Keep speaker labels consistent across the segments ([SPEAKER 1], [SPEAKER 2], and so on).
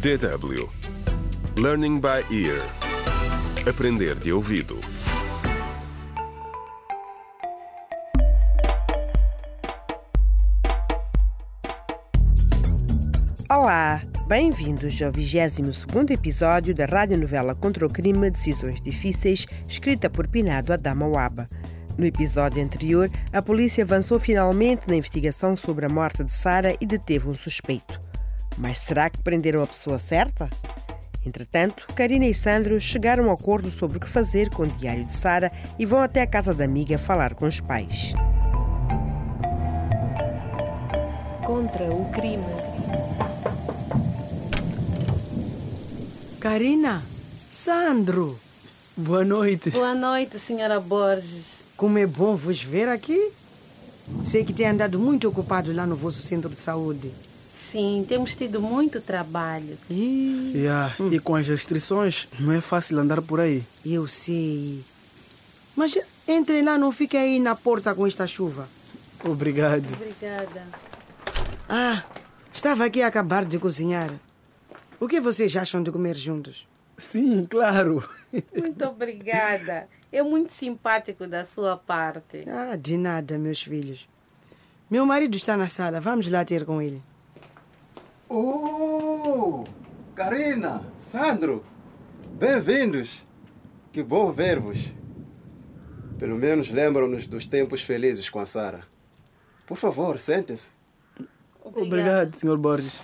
[SPEAKER 1] DW Learning by Ear Aprender de ouvido
[SPEAKER 2] Olá, bem-vindos ao 22º episódio da radionovela Contra o Crime Decisões Difíceis, escrita por Pinado Adama Waba. No episódio anterior, a polícia avançou finalmente na investigação sobre a morte de Sara e deteve um suspeito. Mas será que prenderam a pessoa certa? Entretanto, Karina e Sandro chegaram a um acordo sobre o que fazer com o diário de Sara e vão até a casa da amiga falar com os pais.
[SPEAKER 3] Contra o crime.
[SPEAKER 4] Karina, Sandro, boa noite.
[SPEAKER 3] Boa noite, senhora Borges.
[SPEAKER 4] Como é bom vos ver aqui. Sei que tem andado muito ocupado lá no vosso centro de saúde.
[SPEAKER 3] Sim, temos tido muito trabalho.
[SPEAKER 4] Ih,
[SPEAKER 5] Yeah, E com as restrições, não é fácil andar por aí.
[SPEAKER 4] eu sei. Mas entre lá, não fique aí na porta com esta chuva.
[SPEAKER 5] Obrigado.
[SPEAKER 3] Obrigada.
[SPEAKER 4] Ah, estava aqui a acabar de cozinhar. O que vocês acham de comer juntos?
[SPEAKER 5] Sim, claro.
[SPEAKER 3] Muito obrigada. É muito simpático da sua parte.
[SPEAKER 4] Ah, de nada, meus filhos. Meu marido está na sala, vamos lá ter com ele.
[SPEAKER 6] Oh, Karina, Sandro, bem-vindos. Que bom ver-vos. Pelo menos lembram-nos dos tempos felizes com a Sara. Por favor, sentem-se.
[SPEAKER 5] Obrigado, Sr. Borges.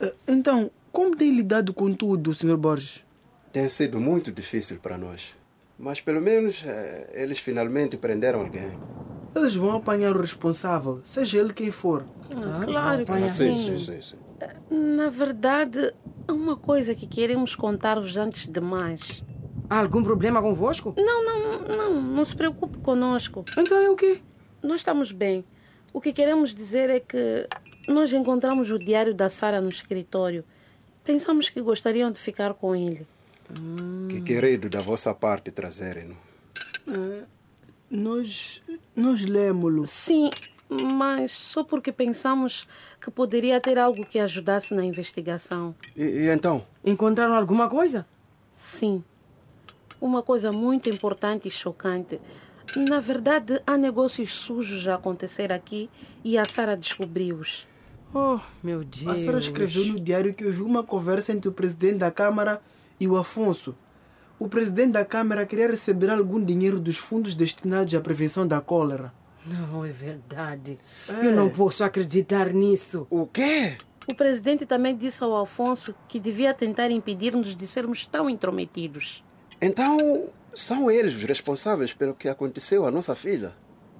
[SPEAKER 5] Eh, Então, como tem lidado com tudo, Sr. Borges?
[SPEAKER 6] Tem sido muito difícil para nós. Mas pelo menos eh, eles finalmente prenderam alguém.
[SPEAKER 5] Eles vão apanhar o responsável, seja ele quem for.
[SPEAKER 3] claro que
[SPEAKER 6] Sim, Ah, sim, sim. sim.
[SPEAKER 3] Na verdade, há uma coisa que queremos contar-vos antes de mais.
[SPEAKER 4] Há algum problema convosco?
[SPEAKER 3] Não, não, não, não se preocupe conosco.
[SPEAKER 4] Então é o quê?
[SPEAKER 3] Nós estamos bem. O que queremos dizer é que nós encontramos o diário da Sara no escritório. Pensamos que gostariam de ficar com ele.
[SPEAKER 6] Que querido da vossa parte trazerem-no.
[SPEAKER 5] Nós. Nós lemos-lo.
[SPEAKER 3] Sim, mas só porque pensamos que poderia ter algo que ajudasse na investigação.
[SPEAKER 6] E, e então?
[SPEAKER 4] Encontraram alguma coisa?
[SPEAKER 3] Sim, uma coisa muito importante e chocante. Na verdade, há negócios sujos a acontecer aqui e a Sara descobriu-os.
[SPEAKER 4] Oh, meu Deus.
[SPEAKER 5] A Sara escreveu no diário que houve uma conversa entre o presidente da Câmara e o Afonso. O presidente da Câmara queria receber algum dinheiro dos fundos destinados à prevenção da cólera.
[SPEAKER 4] Não, é verdade. Eu
[SPEAKER 5] É.
[SPEAKER 4] não posso acreditar nisso.
[SPEAKER 6] O quê?
[SPEAKER 3] O presidente também disse ao Alfonso que devia tentar impedir-nos de sermos tão intrometidos.
[SPEAKER 6] Então, são eles os responsáveis pelo que aconteceu à nossa filha.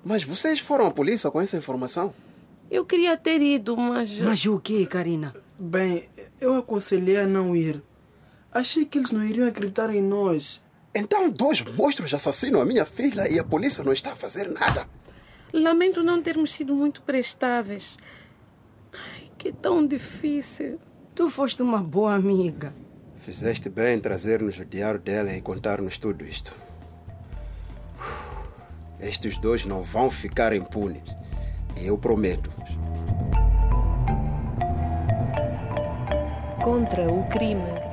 [SPEAKER 6] Mas vocês foram à polícia com essa informação?
[SPEAKER 3] Eu queria ter ido, mas.
[SPEAKER 4] Mas o quê, Karina?
[SPEAKER 5] Bem, eu aconselhei a não ir. Achei que eles não iriam acreditar em nós.
[SPEAKER 6] Então, dois monstros assassinam a minha filha e a polícia não está a fazer nada.
[SPEAKER 3] Lamento não termos sido muito prestáveis. Ai, que tão difícil.
[SPEAKER 4] Tu foste uma boa amiga.
[SPEAKER 6] Fizeste bem em trazer-nos o diário dela e contar-nos tudo isto. Estes dois não vão ficar impunes. Eu prometo.
[SPEAKER 3] Contra o crime.